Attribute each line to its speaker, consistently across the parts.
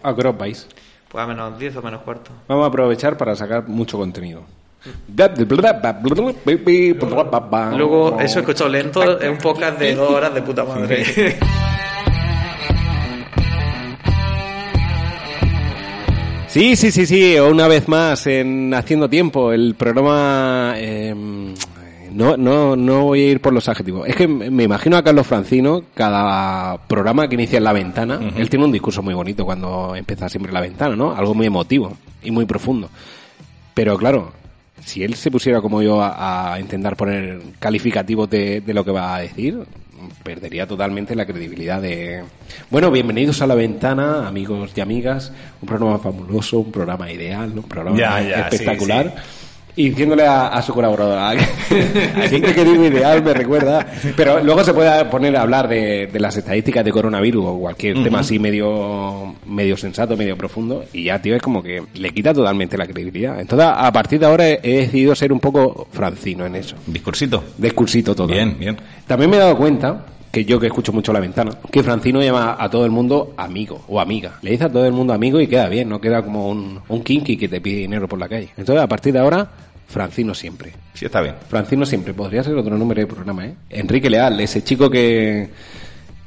Speaker 1: ¿A qué hora os vais?
Speaker 2: Pues a menos 10 o menos cuarto.
Speaker 1: Ah, Vamos a aprovechar para sacar mucho contenido.
Speaker 2: Ah.
Speaker 1: Luego,
Speaker 2: Luego, eso escuchado lento es un podcast de dos horas de puta madre.
Speaker 1: Sí, sí, sí, sí, una vez más en Haciendo Tiempo, el programa... eh, no, no, no voy a ir por los adjetivos. Es que me imagino a Carlos Francino, cada programa que inicia en La Ventana, él tiene un discurso muy bonito cuando empieza siempre La Ventana, ¿no? Algo muy emotivo y muy profundo. Pero claro, si él se pusiera como yo a, a intentar poner calificativos de, de lo que va a decir, perdería totalmente la credibilidad de... Bueno, bienvenidos a La Ventana, amigos y amigas. Un programa fabuloso, un programa ideal, un programa
Speaker 3: Ya, ya,
Speaker 1: espectacular. Y diciéndole a, a su colaboradora, así que digo ideal me recuerda. Pero luego se puede poner a hablar de, de las estadísticas de coronavirus o cualquier tema así medio, medio sensato, medio profundo. Y ya, tío, es como que le quita totalmente la credibilidad. Entonces, a partir de ahora he, he decidido ser un poco francino en eso.
Speaker 3: Discursito.
Speaker 1: Descursito todo.
Speaker 3: Bien, bien.
Speaker 1: También me he dado cuenta que yo que escucho mucho la ventana, que Francino llama a todo el mundo amigo o amiga. Le dice a todo el mundo amigo y queda bien, no queda como un, un kinky que te pide dinero por la calle. Entonces, a partir de ahora, Francino siempre.
Speaker 3: Sí, está bien.
Speaker 1: Francino siempre, podría ser otro nombre de programa, ¿eh? Enrique Leal, ese chico que,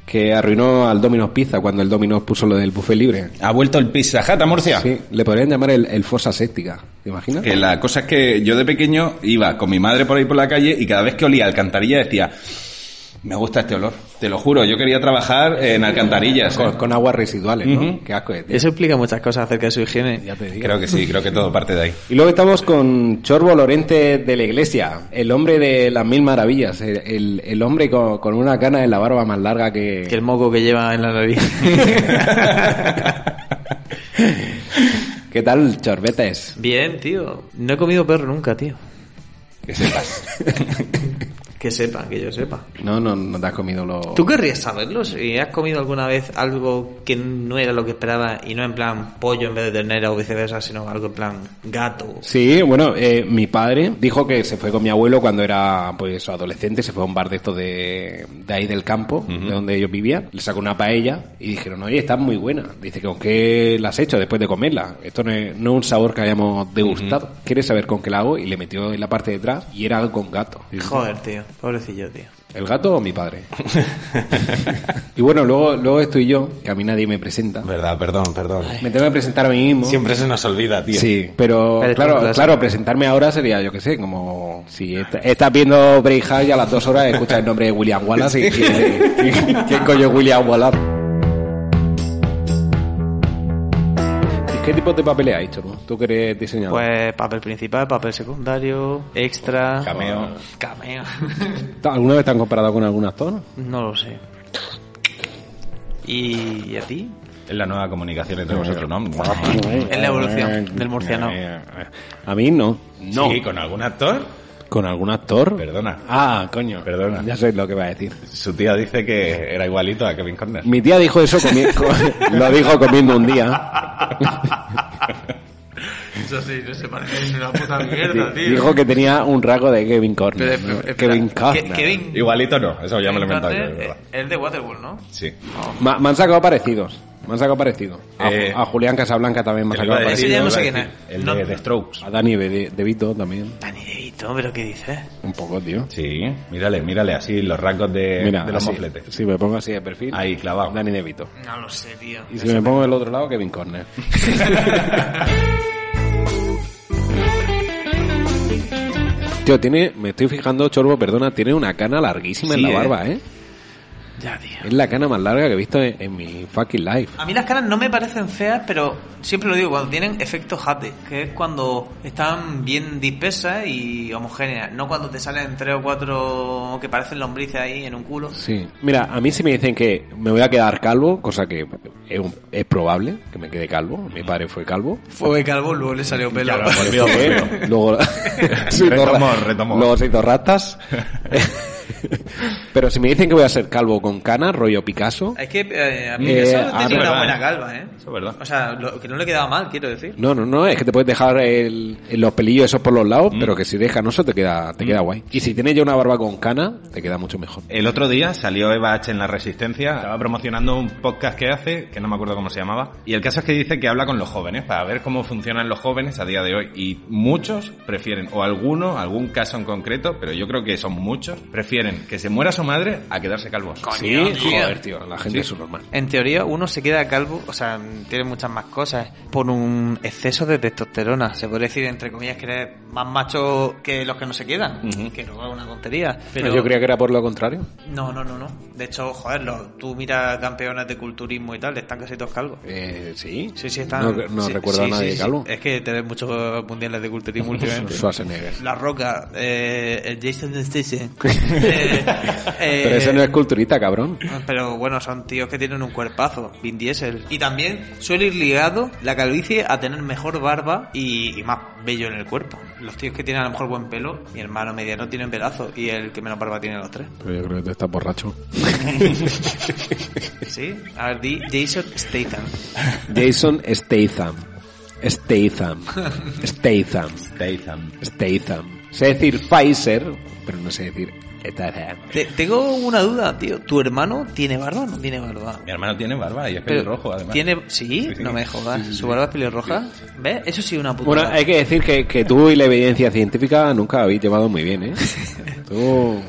Speaker 1: que arruinó al Domino's Pizza cuando el Domino's puso lo del buffet libre.
Speaker 3: Ha vuelto el Pizza Hut a Murcia.
Speaker 1: Sí, le podrían llamar el, el fosa séptica, ¿te imaginas?
Speaker 3: Que la cosa es que yo de pequeño iba con mi madre por ahí por la calle y cada vez que olía alcantarilla decía, me gusta este olor. Te lo juro, yo quería trabajar en alcantarillas.
Speaker 1: Con,
Speaker 3: ¿eh?
Speaker 1: con aguas residuales, ¿no?
Speaker 3: Ujú.
Speaker 1: Qué asco de tío.
Speaker 2: Eso explica muchas cosas acerca de su higiene.
Speaker 1: Ya te digo.
Speaker 3: Creo que sí, creo que todo parte de ahí.
Speaker 1: Y luego estamos con Chorbo Lorente de la Iglesia, el hombre de las mil maravillas, el, el- el hombre con, con una cana en la barba más larga que...
Speaker 2: Que el moco que lleva en la nariz.
Speaker 1: ¿Qué tal, Chorbetes?
Speaker 2: Bien, tío. No he comido perro nunca, tío.
Speaker 3: Que sepas.
Speaker 2: Que sepa, que yo sepa.
Speaker 1: No, no, no te has comido lo...
Speaker 2: ¿Tú querrías saberlo? Si has comido alguna vez algo que no era lo que esperaba y no en plan pollo en vez de ternera o viceversa, sino algo en plan gato.
Speaker 1: Sí, bueno, eh, mi padre dijo que se fue con mi abuelo cuando era pues adolescente, se fue a un bar de estos de, de ahí del campo, de donde ellos vivían, le sacó una paella y dijeron, oye, está muy buena. Dice que con qué la has hecho después de comerla. Esto no es, no es un sabor que hayamos degustado. ¿Quieres saber con qué la hago? Y le metió en la parte de atrás y era con gato.
Speaker 2: Joder, tío. Pobrecillo, tío.
Speaker 1: ¿El gato o mi padre? y bueno, luego, luego estoy yo, que a mí nadie me presenta.
Speaker 3: Verdad, perdón, perdón.
Speaker 1: Me tengo que presentar a mí mismo.
Speaker 3: Siempre se nos olvida, tío.
Speaker 1: Sí, pero
Speaker 2: Pero es
Speaker 1: claro,
Speaker 2: un clásico.
Speaker 1: claro, presentarme ahora sería, yo qué sé, como si est- estás viendo Braveheart y a las dos horas escuchas el nombre de William Wallace y, y- y- ¿quién coño es William Wallace? ¿Y ¿Qué tipo de papeles ha hecho tú? ¿Tú que eres diseñador?
Speaker 2: Pues papel principal, papel secundario, extra.
Speaker 3: Cameo.
Speaker 2: Cameo. Pues-
Speaker 1: ¿Alguna vez te han comparado con algún actor?
Speaker 2: no lo sé. ¿Y a ti?
Speaker 3: Es la nueva comunicación entre vosotros, ¿no?
Speaker 2: Es
Speaker 3: Eh,
Speaker 2: la evolución del murciano.
Speaker 1: Eh, A mí no. No.
Speaker 3: Sí, con algún actor.
Speaker 1: ¿Con algún actor?
Speaker 3: Perdona.
Speaker 1: Ah, coño.
Speaker 3: Perdona.
Speaker 1: Ya sé lo que va a decir.
Speaker 3: Su tía dice que era igualito a Kevin Conner.
Speaker 1: Mi tía dijo eso comi- co- lo dijo comiendo un día.
Speaker 2: Eso sí, no se parece es una puta
Speaker 1: Di- Dijo que tenía un rasgo de Kevin Corner. ¿no? Kevin Corner.
Speaker 3: Igualito no, eso ya me lo he inventado yo, es verdad.
Speaker 2: eh, El de Waterworld, ¿no?
Speaker 3: Sí.
Speaker 1: Ma- me han sacado parecidos. Me han sacado parecidos. A,
Speaker 3: Eh,
Speaker 1: a Julián Casablanca también me han
Speaker 3: Te lo
Speaker 1: sacado
Speaker 3: iba a decir,
Speaker 1: parecidos.
Speaker 2: Ese
Speaker 3: te
Speaker 2: ya no
Speaker 3: lo iba a
Speaker 2: sé quién
Speaker 3: decir.
Speaker 2: es.
Speaker 3: El
Speaker 2: No.
Speaker 3: de The Strokes.
Speaker 1: A Dani de, de, de Vito también.
Speaker 2: Dani DeVito, pero ¿qué dices?
Speaker 1: Un poco, tío.
Speaker 3: Sí, mírale, mírale así los rasgos de,
Speaker 1: Mira,
Speaker 3: de los
Speaker 1: así.
Speaker 3: mofletes.
Speaker 1: si me pongo así de perfil.
Speaker 3: Ahí, clavado.
Speaker 1: Dani de Vito.
Speaker 2: No lo sé, tío.
Speaker 1: Y si me pongo del otro lado, Kevin Corner. Tío, tiene, me estoy fijando, Chorbo, perdona, tiene una cana larguísima en
Speaker 3: Sí,
Speaker 1: la
Speaker 3: eh.
Speaker 1: barba, ¿eh?
Speaker 2: Ya, tío.
Speaker 1: Es la cana más larga que he visto en, en mi fucking life.
Speaker 2: A mí las caras no me parecen feas, pero siempre lo digo, cuando tienen efecto jate, que es cuando están bien dispersas y homogéneas, no cuando te salen tres o cuatro que parecen lombrices ahí en un culo.
Speaker 1: Sí. Mira, a mí si me dicen que me voy a quedar calvo, cosa que es, un- es probable que me quede calvo, mi padre fue calvo.
Speaker 2: Fue calvo, luego le salió pelo.
Speaker 1: Luego, se hizo
Speaker 3: Retomo,
Speaker 1: ra-
Speaker 3: retomo.
Speaker 1: luego se hizo ratas. Pero si me dicen que voy a ser calvo con cana, rollo Picasso.
Speaker 2: Es que eh, a mí
Speaker 1: Eh,
Speaker 2: eso
Speaker 1: ah,
Speaker 2: tenía una
Speaker 3: verdad.
Speaker 2: buena calva, ¿eh?
Speaker 3: Eso es verdad.
Speaker 2: O sea, lo- que no le quedaba mal, quiero decir.
Speaker 1: No, no, no, es que te puedes dejar el, los pelillos esos por los lados, pero que si dejas canoso te queda, te queda guay. Y si tienes ya una barba con cana, te queda mucho mejor.
Speaker 4: El otro día salió Eva H en La Resistencia, estaba promocionando un podcast que hace, que no me acuerdo cómo se llamaba, y el caso es que dice que habla con los jóvenes para ver cómo funcionan los jóvenes a día de hoy. Y muchos prefieren, o alguno, algún caso en concreto, pero yo creo que son muchos, prefieren que se muera su madre a quedarse calvos.
Speaker 1: Sí,
Speaker 2: tío.
Speaker 1: joder, tío, la gente
Speaker 4: Sí.
Speaker 1: es subnormal.
Speaker 2: En teoría, uno se queda calvo, o sea, tiene muchas más cosas, por un exceso de testosterona. Se podría decir, entre comillas, que eres más macho que los que no se quedan, que no es una tontería. Pero
Speaker 1: Yo creía que era por lo contrario.
Speaker 2: No, no, no, no. De hecho, joder, los- tú miras campeones de culturismo y tal, están casi todos calvos.
Speaker 1: Eh, sí.
Speaker 2: Sí, sí, están.
Speaker 1: No, no
Speaker 2: sí,
Speaker 1: recuerdo a
Speaker 2: sí,
Speaker 1: nadie
Speaker 2: sí, sí.
Speaker 1: calvo.
Speaker 2: Es que te ves muchos mundiales de culturismo últimamente.
Speaker 1: Schwarzenegger.
Speaker 2: La Roca, eh, el Jason Statham. eh, eh,
Speaker 1: Pero ese no es culturista, cabrón.
Speaker 2: pero bueno, son tíos que tienen un cuerpazo, Vin Diesel. Y también suele ir ligado la calvicie a tener mejor barba y, y más vello en el cuerpo. Los tíos que tienen a lo mejor buen pelo, mi hermano mediano tiene un pelazo y el que menos barba tiene los tres.
Speaker 1: Pero yo creo que tú estás borracho.
Speaker 2: Sí, a ver, di Jason Statham.
Speaker 1: Jason Statham. Statham. Statham.
Speaker 4: Statham.
Speaker 1: Statham. Sé decir Pfizer, pero no sé decir Statham.
Speaker 2: Te- tengo una duda, tío. ¿Tu hermano tiene barba o no tiene barba?
Speaker 4: Mi hermano tiene barba y es
Speaker 2: Pero
Speaker 4: pelirrojo, además.
Speaker 2: ¿Tiene... ¿Sí?
Speaker 4: Sí, sí.
Speaker 2: No me jodas. ¿Su barba es pelirroja? ¿Ves? Eso sí, una puta.
Speaker 1: Bueno, hay que decir que, que tú y la evidencia científica nunca habéis llevado muy bien, ¿eh? Tú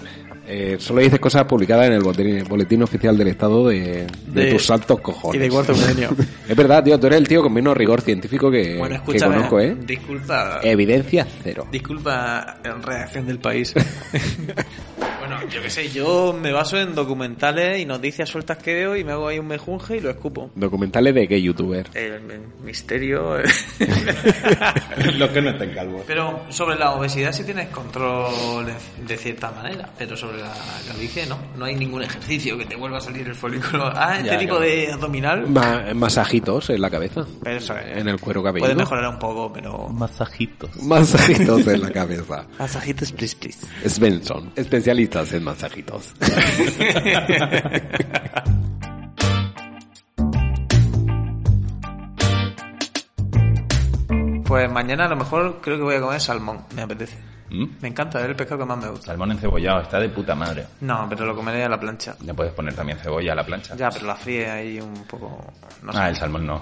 Speaker 1: eh, solo dices cosas publicadas en el boletín, boletín oficial del Estado de, de
Speaker 2: De-
Speaker 1: tus saltos cojones.
Speaker 2: Y de cuarto milenio.
Speaker 1: Es verdad, tío, tú eres el tío con menos rigor científico que,
Speaker 2: bueno,
Speaker 1: que
Speaker 2: escúchame.
Speaker 1: conozco, ¿eh?
Speaker 2: Disculpa.
Speaker 1: Evidencia cero.
Speaker 2: Disculpa, eh, redacción del país. bueno, yo qué sé, yo me baso en documentales y noticias sueltas que veo y me hago ahí un mejunje y lo escupo.
Speaker 1: Documentales de qué youtuber.
Speaker 2: El, el misterio. eh.
Speaker 4: los que no estén calvos.
Speaker 2: pero sobre la obesidad sí tienes control de- de cierta manera, pero sobre la calvicie no. No hay ningún ejercicio que te vuelva a salir el folículo. Ah, este
Speaker 4: Ya,
Speaker 2: tipo
Speaker 4: claro.
Speaker 2: de abdominal.
Speaker 1: Ma- masajitos en la cabeza.
Speaker 2: Pero eso es.
Speaker 1: En el cuero cabelludo.
Speaker 2: Puede mejorar un poco, pero. Masajitos.
Speaker 1: Masajitos en la cabeza.
Speaker 2: Masajitos, please, please.
Speaker 1: Svensson, especialistas en masajitos.
Speaker 2: Pues mañana a lo mejor creo que voy a comer salmón. Me apetece.
Speaker 4: ¿Mm?
Speaker 2: Me encanta, es el pescado que más me gusta.
Speaker 4: Salmón encebollado, está de puta madre.
Speaker 2: No, pero lo comeré a la plancha.
Speaker 4: Le puedes poner también cebolla a la plancha.
Speaker 2: Ya, pero la fría ahí un poco. No sé.
Speaker 4: Ah, el salmón no.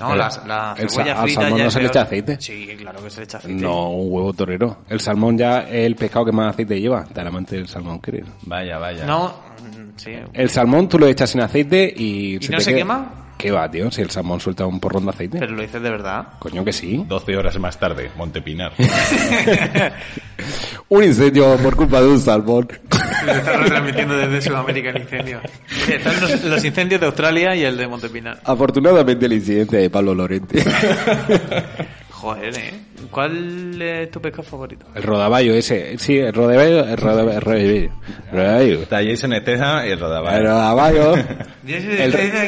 Speaker 2: No,
Speaker 4: el-
Speaker 2: la, la
Speaker 1: el
Speaker 2: cebolla
Speaker 1: sa- al
Speaker 2: frita
Speaker 1: salmón
Speaker 2: ya
Speaker 1: no
Speaker 2: es
Speaker 1: se le
Speaker 2: peor.
Speaker 1: echa aceite.
Speaker 2: Sí, claro que se le echa aceite.
Speaker 1: No, un huevo torero. El salmón ya es el pescado que más aceite lleva. Te amante del salmón, creo.
Speaker 4: Vaya, vaya.
Speaker 2: No, mm, sí.
Speaker 1: El salmón tú lo echas sin aceite y...
Speaker 2: ¿Y no se quema?
Speaker 1: ¿Qué va, tío? Si el salmón suelta un porrón de aceite.
Speaker 2: Pero lo dices de verdad.
Speaker 1: Coño que sí.
Speaker 4: 12 horas más tarde, Montepinar.
Speaker 1: Un incendio por culpa de un salmón.
Speaker 2: Lo están retransmitiendo desde Sudamérica el incendio. Están los, los incendios de Australia y el de Montepinar.
Speaker 1: Afortunadamente el incidente de Pablo Lorente.
Speaker 2: Joder, ¿eh? ¿Cuál es tu pescado favorito?
Speaker 1: el rodaballo ese. Sí, el rodaballo... El rodaballo. el rodaballo. rodaballo.
Speaker 4: Está Jason Statham y el
Speaker 1: El
Speaker 4: rodaballo.
Speaker 1: rodaballo. El-
Speaker 2: que me
Speaker 4: Irse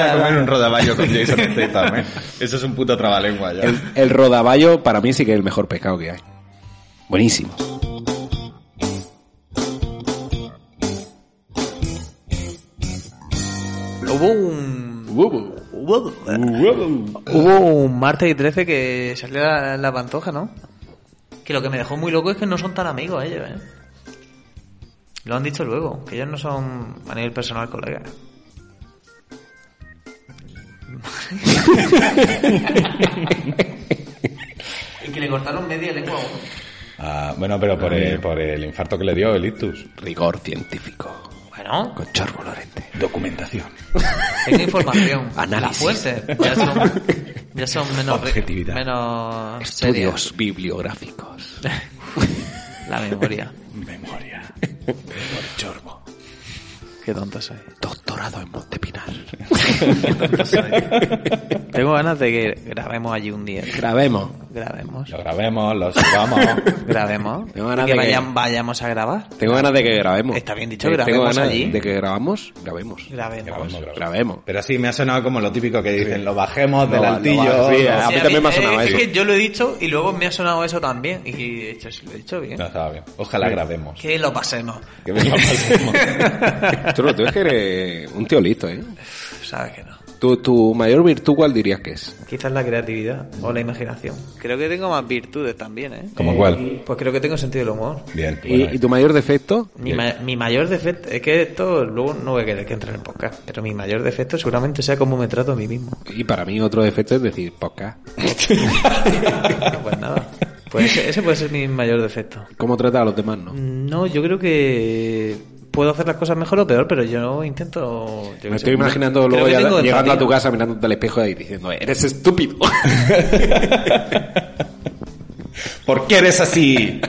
Speaker 4: a comer un rodaballo con Jason Statham, ¿eh? Eso es un puto trabalengua ya.
Speaker 1: El, el rodaballo para mí sí que es el mejor pescado que hay. Buenísimo.
Speaker 2: Hubo un... Hubo, hubo un martes y 13 que salió la, la pantoja, ¿no? Que lo que me dejó muy loco es que no son tan amigos ellos, ¿eh? Lo han dicho luego, que ellos no son a nivel personal colegas. y que le cortaron media lengua. a uno.
Speaker 4: Ah, bueno, pero por el, por el infarto que le dio el ictus.
Speaker 1: Rigor científico.
Speaker 2: Bueno,
Speaker 1: Con Charbo Lorente.
Speaker 4: Documentación.
Speaker 2: tengo información. Las
Speaker 1: Análisis.
Speaker 2: fuentes ya son, ya son menos,
Speaker 4: Objetividad.
Speaker 2: menos serias.
Speaker 1: Estudios bibliográficos.
Speaker 2: La memoria.
Speaker 4: Memoria.
Speaker 1: Chorbo.
Speaker 2: Qué tonto soy.
Speaker 1: Doctorado en Montepinar.
Speaker 2: Tengo ganas de que grabemos allí un día.
Speaker 1: Grabemos.
Speaker 2: grabemos.
Speaker 4: Lo grabemos, lo subamos.
Speaker 2: Grabemos.
Speaker 1: Tengo ganas
Speaker 2: que
Speaker 1: de que-
Speaker 2: vayan, vayamos a grabar.
Speaker 1: Tengo ganas de que grabemos.
Speaker 2: Está bien dicho,
Speaker 1: Eh, Tengo
Speaker 2: grabemos
Speaker 1: ganas
Speaker 2: allí.
Speaker 1: de que grabamos, grabemos.
Speaker 2: Grabemos.
Speaker 4: Grabemos, grabemos.
Speaker 1: Grabemos.
Speaker 4: Pero sí, me ha sonado como lo típico que dicen, lo bajemos del
Speaker 1: Lo ba- lo
Speaker 4: altillo.
Speaker 1: ba- sí, a-
Speaker 4: lo-
Speaker 1: mí también me ha sonado
Speaker 2: es,
Speaker 1: eso.
Speaker 2: Es que yo lo he dicho y luego me ha sonado eso también. Y de hecho, sí, lo he dicho bien.
Speaker 4: No, estaba bien. Ojalá grabemos.
Speaker 2: Que lo pasemos.
Speaker 4: Que bien lo pasemos.
Speaker 1: Tú, tú es que eres un tío listo, ¿eh?
Speaker 2: Sabes que no.
Speaker 1: Tu, tu mayor virtud, ¿cuál dirías que es?
Speaker 2: Quizás la creatividad o la imaginación. Creo que tengo más virtudes también, ¿eh?
Speaker 4: ¿Como cuál?
Speaker 2: Pues creo que tengo sentido del humor.
Speaker 4: Bien.
Speaker 1: ¿Y,
Speaker 4: bueno,
Speaker 1: y tu mayor defecto?
Speaker 2: Mi, ma- mi mayor defecto, es que esto luego no voy a querer que entre en el podcast, pero mi mayor defecto seguramente sea cómo me trato a mí mismo.
Speaker 1: Y para mí otro defecto es decir podcast.
Speaker 2: Bueno, pues nada, pues ese, ese puede ser mi mayor defecto.
Speaker 1: ¿Cómo trata a los demás, no?
Speaker 2: No, yo creo que puedo hacer las cosas mejor o peor, pero yo intento... yo qué
Speaker 1: Me
Speaker 2: sé,
Speaker 1: estoy imaginando
Speaker 2: creo
Speaker 1: luego
Speaker 2: que
Speaker 1: ya
Speaker 2: tengo
Speaker 1: llegando a tu
Speaker 2: empatía.
Speaker 1: casa mirándote al espejo y diciendo, eres estúpido.
Speaker 4: ¿Por qué eres así?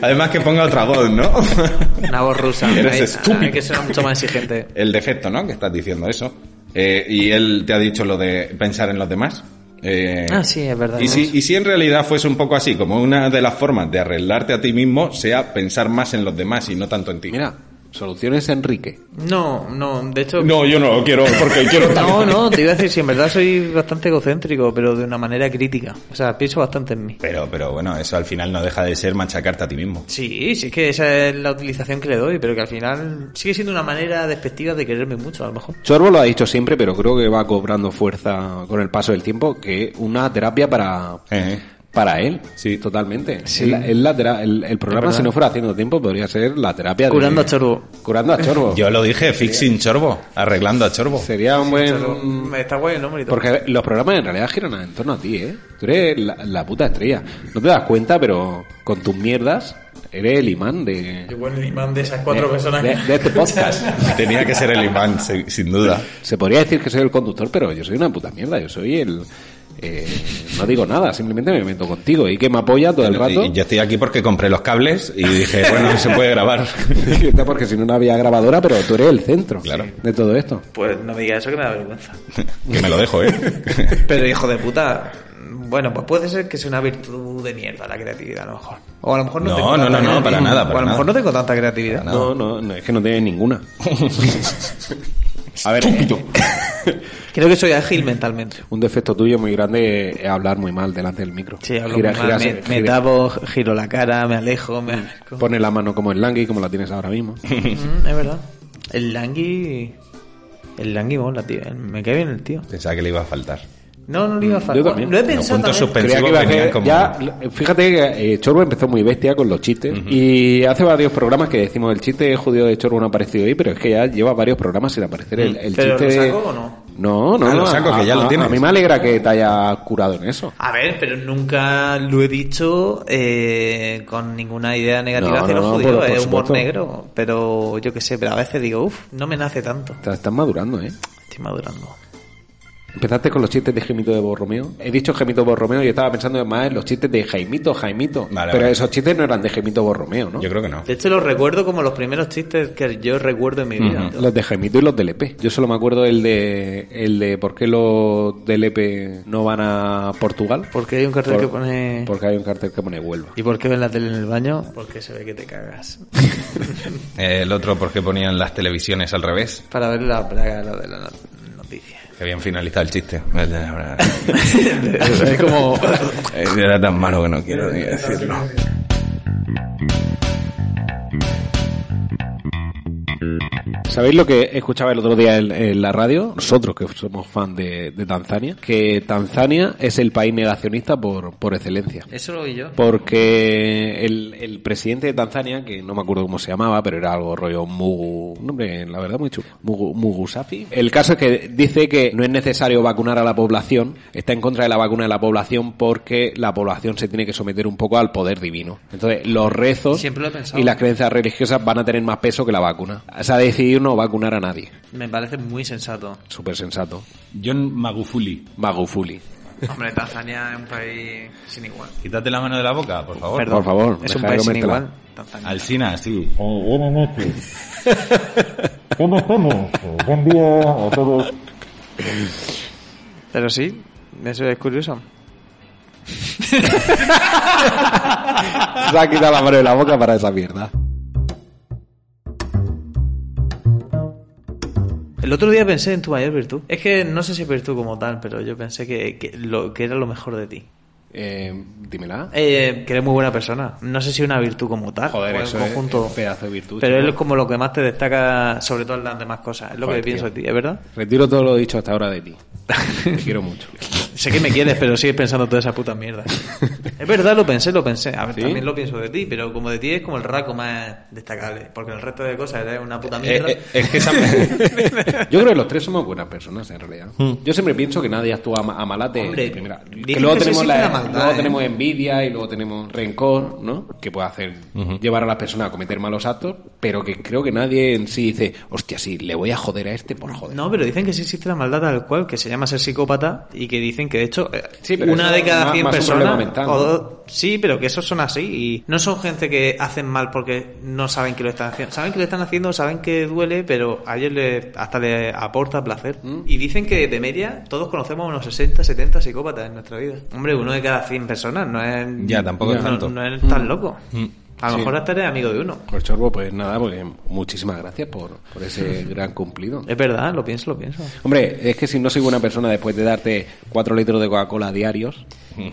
Speaker 4: Además que ponga otra voz, ¿no?
Speaker 2: Una voz rusa.
Speaker 4: Eres
Speaker 2: hay-
Speaker 4: estúpido.
Speaker 2: Hay que ser mucho más exigente.
Speaker 1: Eh.
Speaker 4: el defecto, ¿no? Que estás diciendo eso. Eh, y él te ha dicho lo de pensar en los demás. Eh,
Speaker 2: Ah, sí, es verdad.
Speaker 4: Y si, y si en realidad fuese un poco así, como una de las formas de arreglarte a ti mismo sea pensar más en los demás y no tanto en ti.
Speaker 1: Mira, soluciones Enrique.
Speaker 2: No, no, de hecho...
Speaker 4: No, yo no lo quiero, porque quiero
Speaker 2: No, no, te iba a decir, si en verdad soy bastante egocéntrico, pero de una manera crítica. O sea, pienso bastante en mí.
Speaker 4: Pero, pero bueno, eso al final no deja de ser machacarte a ti mismo.
Speaker 2: Sí, sí, es que esa es la utilización que le doy, pero que al final sigue siendo una manera despectiva de quererme mucho, a lo mejor.
Speaker 1: Chorbo lo ha dicho siempre, pero creo que va cobrando fuerza con el paso del tiempo, que una terapia para,
Speaker 4: Eh,
Speaker 1: para él.
Speaker 4: Sí.
Speaker 1: totalmente.
Speaker 2: Sí.
Speaker 1: Es la- es la tera- el, el programa,
Speaker 2: Es verdad.
Speaker 1: si no fuera haciendo tiempo, podría ser la terapia de-
Speaker 2: Curando a Chorbo.
Speaker 1: Curando a Chorbo.
Speaker 4: Yo lo dije, fixing chorbo, arreglando a chorbo.
Speaker 1: Sería un buen...
Speaker 2: Está guay el nombre y todo.
Speaker 1: Porque los programas en realidad giran en torno a ti, ¿eh? Tú eres la, la puta estrella. No te das cuenta, pero con tus mierdas eres el imán de,
Speaker 2: Yo el imán de esas cuatro personas.
Speaker 1: de, de este podcast.
Speaker 4: Tenía que ser el imán, se- sin duda.
Speaker 1: Se podría decir que soy el conductor, pero yo soy una puta mierda. Yo soy el... eh, no digo nada, simplemente me meto contigo y que me apoya todo el rato.
Speaker 4: Y yo estoy aquí porque compré los cables y dije, bueno, se puede grabar.
Speaker 1: Porque si no, no había grabadora, pero tú eres el centro
Speaker 4: Claro.
Speaker 1: de todo esto.
Speaker 2: Pues no me digas eso que me da vergüenza.
Speaker 4: Que me lo dejo, ¿eh?
Speaker 2: Pero hijo de puta, bueno, pues puede ser que sea una virtud de mierda la creatividad, a lo mejor. O a lo mejor no,
Speaker 4: No,
Speaker 2: tengo
Speaker 4: no,
Speaker 2: tanta
Speaker 4: no, no, para
Speaker 2: creatividad.
Speaker 4: nada, para
Speaker 2: O a lo mejor
Speaker 4: nada.
Speaker 2: no tengo tanta creatividad.
Speaker 1: No, no, no, es que no tiene ninguna. A ver,
Speaker 2: Creo que soy ágil mentalmente.
Speaker 1: un defecto tuyo muy grande es hablar muy mal delante del micro.
Speaker 2: Sí, hablo
Speaker 1: Gira-
Speaker 2: muy mal,
Speaker 1: gira-
Speaker 2: me,
Speaker 1: gira-
Speaker 2: me tapo, giro la cara, me alejo, me acerco.
Speaker 1: Pone la mano como el langui, como la tienes ahora mismo.
Speaker 2: Mm, es verdad. El langui. El langui mola, tío. Me cae bien el tío.
Speaker 4: Pensaba que le iba a faltar.
Speaker 2: No, no le iba a faltar.
Speaker 1: Yo también.
Speaker 2: Lo he
Speaker 1: Los
Speaker 2: pensado.
Speaker 4: puntos
Speaker 2: también.
Speaker 4: Pensé
Speaker 1: Creía que
Speaker 4: que
Speaker 1: iba a
Speaker 4: venían
Speaker 1: hacer-
Speaker 4: como-
Speaker 1: ya, fíjate que eh, Chorbo empezó muy bestia con los chistes y hace varios programas que decimos el chiste judío de Chorbo no ha aparecido hoy, pero es que ya lleva varios programas sin aparecer el, el
Speaker 2: ¿Pero
Speaker 1: chiste
Speaker 2: lo
Speaker 1: de-
Speaker 2: saco o no?
Speaker 1: No, no,
Speaker 4: Ah, lo
Speaker 1: no,
Speaker 4: saco, que ya lo tienes.
Speaker 1: A mí me alegra que te haya curado en eso.
Speaker 2: A ver, pero nunca lo he dicho eh, con ninguna idea negativa
Speaker 1: No,
Speaker 2: hacia
Speaker 1: no,
Speaker 2: los
Speaker 1: no,
Speaker 2: judíos.
Speaker 1: por- por
Speaker 2: es humor
Speaker 1: supuesto.
Speaker 2: negro. Pero yo qué sé, pero a veces digo, uff, no me nace tanto.
Speaker 1: Te estás madurando, ¿eh?
Speaker 2: Estoy madurando.
Speaker 1: Empezaste con los chistes de Gemito de Borromeo. He dicho Gemito Borromeo y estaba pensando más en los chistes de Jaimito, Jaimito.
Speaker 4: Vale,
Speaker 1: pero
Speaker 4: vale.
Speaker 1: esos chistes no eran de Gemito Borromeo, ¿no? ¿Eh?
Speaker 4: Yo creo que no.
Speaker 2: De hecho, los recuerdo como los primeros chistes que yo recuerdo en mi vida.
Speaker 1: Los de Jaimito y los del EP. Yo solo me acuerdo el de, el de por qué los del EP no van a Portugal.
Speaker 2: Porque hay un cartel
Speaker 1: Por-
Speaker 2: que pone.
Speaker 1: Porque hay un cartel que pone Huelva.
Speaker 2: ¿Y por qué ven la tele en el baño? Porque se ve que te cagas.
Speaker 4: Eh, el otro, porque ponían las televisiones al revés?
Speaker 2: Para ver la braga la de la no- noticia.
Speaker 4: Que habían finalizado el chiste.
Speaker 2: es como.
Speaker 4: Eh, Era tan malo que no quiero ni decirlo.
Speaker 1: ¿Sabéis lo que escuchaba el otro día en, en la radio? Nosotros que somos fan de, de Tanzania. Que Tanzania es el país negacionista por, por excelencia.
Speaker 2: Eso lo vi yo.
Speaker 1: Porque el, el presidente de Tanzania, que no me acuerdo cómo se llamaba, pero era algo rollo Mugu, un nombre, la verdad, muy chulo, Mugu, Mugusafi. El caso es que dice que no es necesario vacunar a la población, está en contra de la vacuna de la población porque la población se tiene que someter un poco al poder divino. Entonces, los rezos
Speaker 2: Siempre lo he pensado.
Speaker 1: y las creencias religiosas van a tener más peso que la vacuna. Se ha decidido no vacunar a nadie.
Speaker 2: Me parece muy sensato.
Speaker 1: Súper sensato.
Speaker 4: John Magufuli.
Speaker 1: Magufuli.
Speaker 2: Hombre, Tanzania es un país sin igual.
Speaker 4: Quítate la mano de la boca, por favor.
Speaker 1: Perdón. por favor,
Speaker 2: es
Speaker 1: deja
Speaker 2: un
Speaker 1: de
Speaker 2: país sin
Speaker 1: comértela.
Speaker 2: igual. Tanzania.
Speaker 4: Alcina, sí.
Speaker 5: Eh, buenas noches. ¿Cómo estamos? Eh, Buen día a todos.
Speaker 2: Pero sí, eso es curioso.
Speaker 1: Se ha quitado la mano de la boca para esa mierda.
Speaker 2: El otro día pensé en tu mayor virtud. Es que no sé si virtud como tal, pero yo pensé que, que lo, que era lo mejor de ti.
Speaker 1: Eh, dímela.
Speaker 2: Eh, que eres muy buena persona. No sé si una virtud como tal.
Speaker 1: Joder,
Speaker 2: o el
Speaker 1: eso es-
Speaker 2: conjunto,
Speaker 1: es un pedazo de virtud,
Speaker 2: Pero
Speaker 1: tío.
Speaker 2: es como lo que más te destaca, sobre todo en las demás cosas. Es lo
Speaker 1: Joder,
Speaker 2: que pienso
Speaker 1: tío.
Speaker 2: de ti, ¿es verdad?
Speaker 1: Retiro todo lo dicho hasta ahora de ti. Te quiero mucho.
Speaker 2: Sé que me quieres, pero sigues pensando toda esa puta mierda. es verdad, lo pensé, lo pensé. A ver,
Speaker 1: ¿Sí?
Speaker 2: también lo pienso de ti, pero como de ti es como el rasgo más destacable. Porque el resto de cosas eres una puta mierda.
Speaker 3: Eh, eh, es que esa...
Speaker 1: Yo creo que los tres somos buenas personas, en realidad. Yo siempre pienso que nadie actúa a, a malate.
Speaker 2: Hombre,
Speaker 1: de primera.
Speaker 2: dicen
Speaker 1: Que luego,
Speaker 2: que
Speaker 1: tenemos,
Speaker 2: existe
Speaker 1: la- e-,
Speaker 2: la maldad,
Speaker 1: luego
Speaker 2: ¿eh?
Speaker 1: tenemos envidia y luego tenemos rencor, ¿no? Que puede hacer llevar a las personas a cometer malos actos, pero que creo que nadie en sí dice, hostia, sí, le voy a joder a este por joder.
Speaker 2: No, pero dicen que sí existe la maldad tal cual, que se llama ser psicópata y que dicen que de hecho eh,
Speaker 1: Sí, pero
Speaker 2: una
Speaker 1: eso
Speaker 2: de cada
Speaker 1: más-
Speaker 2: 100
Speaker 1: más un
Speaker 2: personas...
Speaker 1: problema mental,
Speaker 2: o
Speaker 1: ¿no?
Speaker 2: dos- sí, pero que esos son así y no son gente que hacen mal porque no saben que lo están haciendo. Saben que lo están haciendo, saben que duele, pero a ellos les, hasta les aporta placer.
Speaker 1: Mm.
Speaker 2: Y dicen que de media todos conocemos unos 60, 70 psicópatas en nuestra vida. Hombre, uno de cada 100 personas no es...
Speaker 4: Ya, tampoco es
Speaker 2: no-
Speaker 4: tanto.
Speaker 2: No es tan loco. A lo
Speaker 1: Mm. Sí.
Speaker 2: mejor hasta eres amigo de uno.
Speaker 1: Pues Chorbo, pues nada, pues muchísimas gracias por, por ese gran cumplido.
Speaker 2: Es verdad, lo pienso, lo pienso.
Speaker 1: Hombre, es que si no soy buena persona después de darte cuatro litros de Coca-Cola diarios,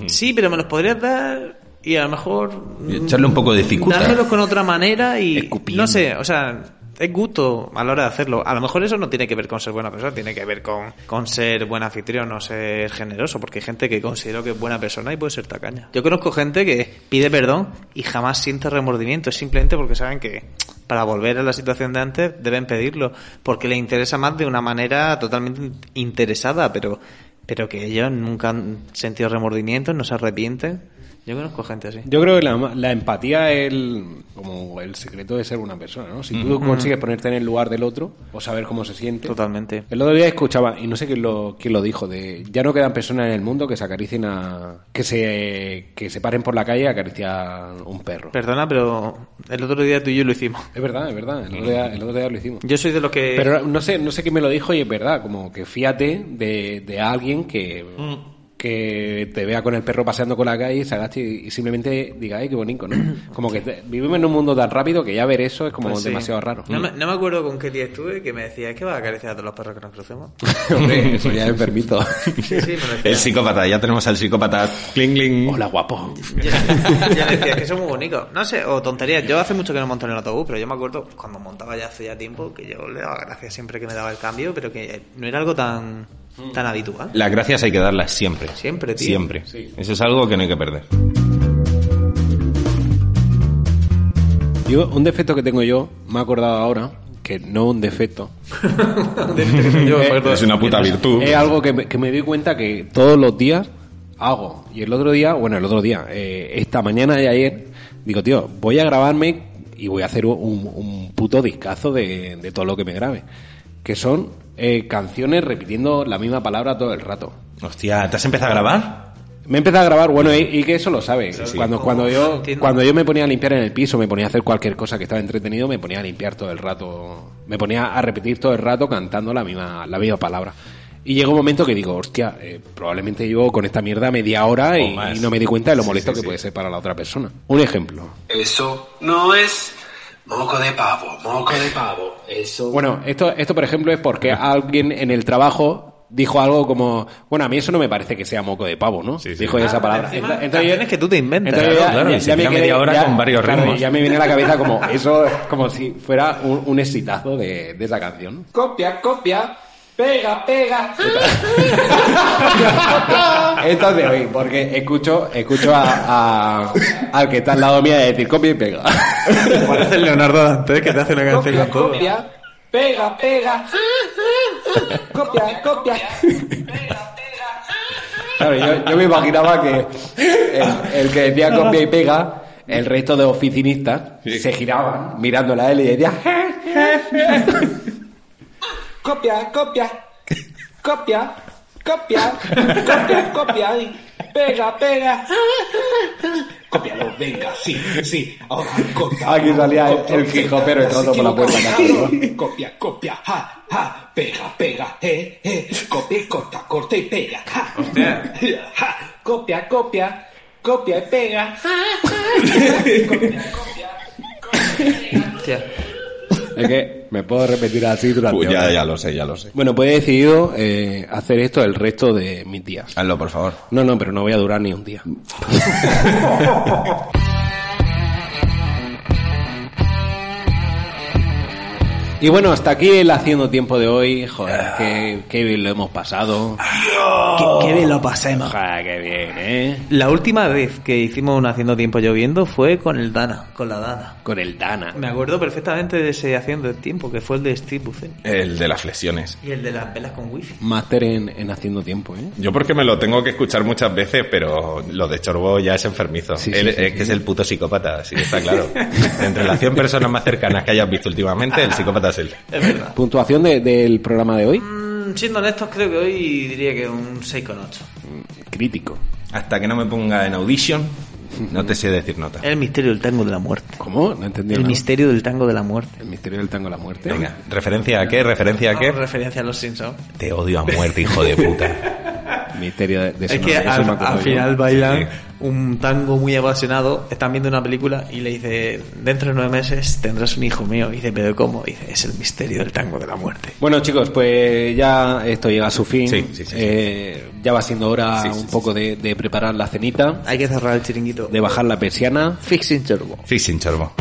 Speaker 2: Sí, pero me los podrías dar y a lo mejor...
Speaker 3: Y echarle un poco de cicuta.
Speaker 2: Dármelos con otra manera y...
Speaker 3: Escupiendo.
Speaker 2: No sé, o sea, es gusto a la hora de hacerlo. A lo mejor eso no tiene que ver con ser buena persona, tiene que ver con, con ser buen anfitrión o ser generoso, porque hay gente que considero que es buena persona y puede ser tacaña. Yo conozco gente que pide perdón y jamás siente remordimiento, es simplemente porque saben que para volver a la situación de antes deben pedirlo, porque les interesa más de una manera totalmente interesada, pero pero que ellos nunca han sentido remordimientos, no se arrepienten. Yo conozco gente así.
Speaker 1: Yo creo que la, la empatía es el, como el secreto de ser una persona, ¿no? Si tú consigues ponerte en el lugar del otro o saber cómo se siente.
Speaker 2: Totalmente.
Speaker 1: El otro día escuchaba, y no sé quién lo, quién lo dijo, de ya no quedan personas en el mundo que se acaricien a... que se, que se paren por la calle a acariciar un perro.
Speaker 2: Perdona, pero el otro día tú y yo lo hicimos.
Speaker 1: Es verdad, es verdad. El otro día, el otro día lo hicimos.
Speaker 2: Yo soy de los que...
Speaker 1: Pero no sé, no sé quién me lo dijo y es verdad, como que fíate de, de alguien que,
Speaker 2: Mm.
Speaker 1: que te vea con el perro paseando con la calle, se agache y, y simplemente diga, ay, qué bonito, ¿no? Como que te- vivimos en un mundo tan rápido que ya ver eso es como
Speaker 2: Pues sí.
Speaker 1: demasiado raro.
Speaker 2: No me, no me acuerdo con qué día estuve que me decía, es que vas a acariciar a todos los perros que nos crucemos.
Speaker 1: Hombre, eso ya es permito.
Speaker 2: Sí, sí, me lo decía.
Speaker 4: El psicópata, ya tenemos al psicópata. Cling, cling.
Speaker 1: Hola, guapo.
Speaker 2: Ya, ya le decía, es que son muy bonitos. No sé, o tonterías. Yo hace mucho que no monto en el autobús, pero yo me acuerdo cuando montaba ya hace ya tiempo que yo le daba gracias siempre que me daba el cambio, pero que no era algo tan, tan habitual.
Speaker 4: Las gracias hay que darlas siempre.
Speaker 2: Siempre, tío.
Speaker 4: Siempre. Eso es algo que no hay que perder.
Speaker 1: Yo, un defecto que tengo yo, me he acordado ahora, que no un defecto,
Speaker 2: Yo me acuerdo-
Speaker 4: Es una puta virtud.
Speaker 1: Es algo que me, que me doy cuenta que todos los días hago. Y el otro día, bueno, el otro día, eh, esta mañana y ayer, digo, tío, voy a grabarme y voy a hacer un, un puto discazo de, de todo lo que me grabe. Que son eh, canciones repitiendo la misma palabra todo el rato.
Speaker 4: Hostia, ¿te has empezado a grabar?
Speaker 1: Me he empezado a grabar, bueno, y, y que eso lo sabe. Cuando,
Speaker 2: Como-
Speaker 1: cuando, yo,
Speaker 2: entiendo.
Speaker 1: cuando yo me ponía a limpiar en el piso, me ponía a hacer cualquier cosa que estaba entretenido, me ponía a limpiar todo el rato, me ponía a repetir todo el rato cantando la misma, la misma palabra. Y llegó un momento que digo, hostia, eh, probablemente llevo con esta mierda media hora y,
Speaker 4: más.
Speaker 1: y no me di cuenta de lo
Speaker 4: Sí,
Speaker 1: molesto
Speaker 4: sí,
Speaker 1: que
Speaker 4: sí.
Speaker 1: puede ser para la otra persona. Un ejemplo.
Speaker 6: Eso no es moco de pavo, moco de pavo. Eso.
Speaker 1: Bueno, esto, esto por ejemplo es porque alguien en el trabajo dijo algo como, bueno, a mí eso no me parece que sea moco de pavo, ¿no?
Speaker 4: Sí, sí.
Speaker 1: Dijo
Speaker 6: Ah,
Speaker 1: esa palabra.
Speaker 2: encima,
Speaker 1: Entonces-
Speaker 2: canciones que tú te inventas.
Speaker 1: Entonces
Speaker 4: Claro,
Speaker 1: ya,
Speaker 4: claro,
Speaker 1: ya-
Speaker 4: y se
Speaker 1: ya me
Speaker 4: tira
Speaker 1: quedé-
Speaker 4: media hora
Speaker 1: ya-
Speaker 4: con varios
Speaker 1: claro,
Speaker 4: ritmos.
Speaker 1: Ya me viene a la cabeza como eso, como si fuera un, un exitazo de, de esa canción.
Speaker 6: Copia, copia, pega, pega.
Speaker 1: Esto es de hoy, porque escucho, escucho a, a- al que está al lado mía decir copia y pega.
Speaker 2: Parece Leonardo Dante que te hace una canción con todo.
Speaker 6: Copia, pega, pega. Copia, copia.
Speaker 1: Claro, yo, yo me imaginaba que el, el que decía copia y pega, el resto de oficinistas se giraban mirándola a él y decía
Speaker 6: Copia, copia, copia, copia, copia, copia. y Pega, pega. Cópialo, venga, sí, sí. Ahora, copia.
Speaker 1: Aquí salía el-
Speaker 6: Control,
Speaker 1: el Quijopero
Speaker 6: Z,
Speaker 1: entrando
Speaker 6: se
Speaker 1: por la puerta,
Speaker 6: equivocó.
Speaker 1: cabrón.
Speaker 6: Copia, copia, ja, ja. Pega, pega, eh, eh. Copia, y corta, corta y pega, ja. Ja, Copia, copia, Copia y pega.
Speaker 2: Hostia.
Speaker 1: Es que me puedo repetir así durante
Speaker 4: Pues ya,
Speaker 1: horas.
Speaker 4: ya lo sé, ya lo sé.
Speaker 1: Bueno, pues he decidido eh, hacer esto el resto de mis días.
Speaker 4: Hazlo, por favor.
Speaker 1: No, no, pero no voy a durar ni un día. Y bueno, hasta aquí el haciendo tiempo de hoy. Joder, qué, qué bien lo hemos pasado.
Speaker 2: Qué, qué bien lo pasemos.
Speaker 1: Joder, qué bien, ¿eh?
Speaker 2: La última vez que hicimos un Haciendo Tiempo Lloviendo fue con el Dana, con la Dana.
Speaker 1: Con el Dana.
Speaker 2: Me acuerdo perfectamente de ese Haciendo el Tiempo, que fue el de Steve Buffett.
Speaker 4: El de las flexiones.
Speaker 2: Y el de las velas con wifi.
Speaker 1: Máster en, en haciendo tiempo, ¿eh?
Speaker 4: Yo porque me lo tengo que escuchar muchas veces, pero lo de Chorbo ya es enfermizo.
Speaker 1: Sí, sí,
Speaker 4: Él,
Speaker 1: sí,
Speaker 4: es que es el puto psicópata, sí, está claro. Entre las 100 personas más cercanas que hayas visto últimamente, el psicópata es él.
Speaker 2: Es verdad.
Speaker 1: Puntuación de- del programa de hoy.
Speaker 2: Mm, siendo honestos, creo que hoy diría que un 6,8.
Speaker 1: Crítico.
Speaker 4: Hasta que no me ponga en audition, no te sé decir nota.
Speaker 2: El misterio del tango de la muerte.
Speaker 1: ¿Cómo? No entendí
Speaker 2: El
Speaker 1: nada.
Speaker 2: misterio del tango de la muerte.
Speaker 1: El misterio del tango de la muerte.
Speaker 4: Venga, ¿referencia a qué? ¿Referencia a
Speaker 2: ¿Qué?
Speaker 4: qué?
Speaker 2: referencia a los Simpsons.
Speaker 4: Te odio a muerte, hijo de puta.
Speaker 1: Misterio de, de
Speaker 2: Es
Speaker 1: eso no-
Speaker 2: que
Speaker 1: eso
Speaker 2: al,
Speaker 1: me acuerdo
Speaker 2: al
Speaker 1: yo.
Speaker 2: final bailan
Speaker 4: Sí.
Speaker 2: un tango muy apasionado, están viendo una película y le dice, dentro de nueve meses tendrás un hijo mío. Y dice, pero ¿cómo? Y dice, es el misterio del tango de la muerte.
Speaker 1: Bueno chicos, pues ya esto llega a su fin.
Speaker 4: Sí, sí, sí, sí.
Speaker 1: Eh, ya va siendo hora
Speaker 4: Sí, sí,
Speaker 1: un
Speaker 4: sí,
Speaker 1: poco de, de preparar la cenita,
Speaker 2: Hay que cerrar el chiringuito.
Speaker 1: de bajar la persiana.
Speaker 2: Fixing Turbo.
Speaker 4: Fishing Chorbo.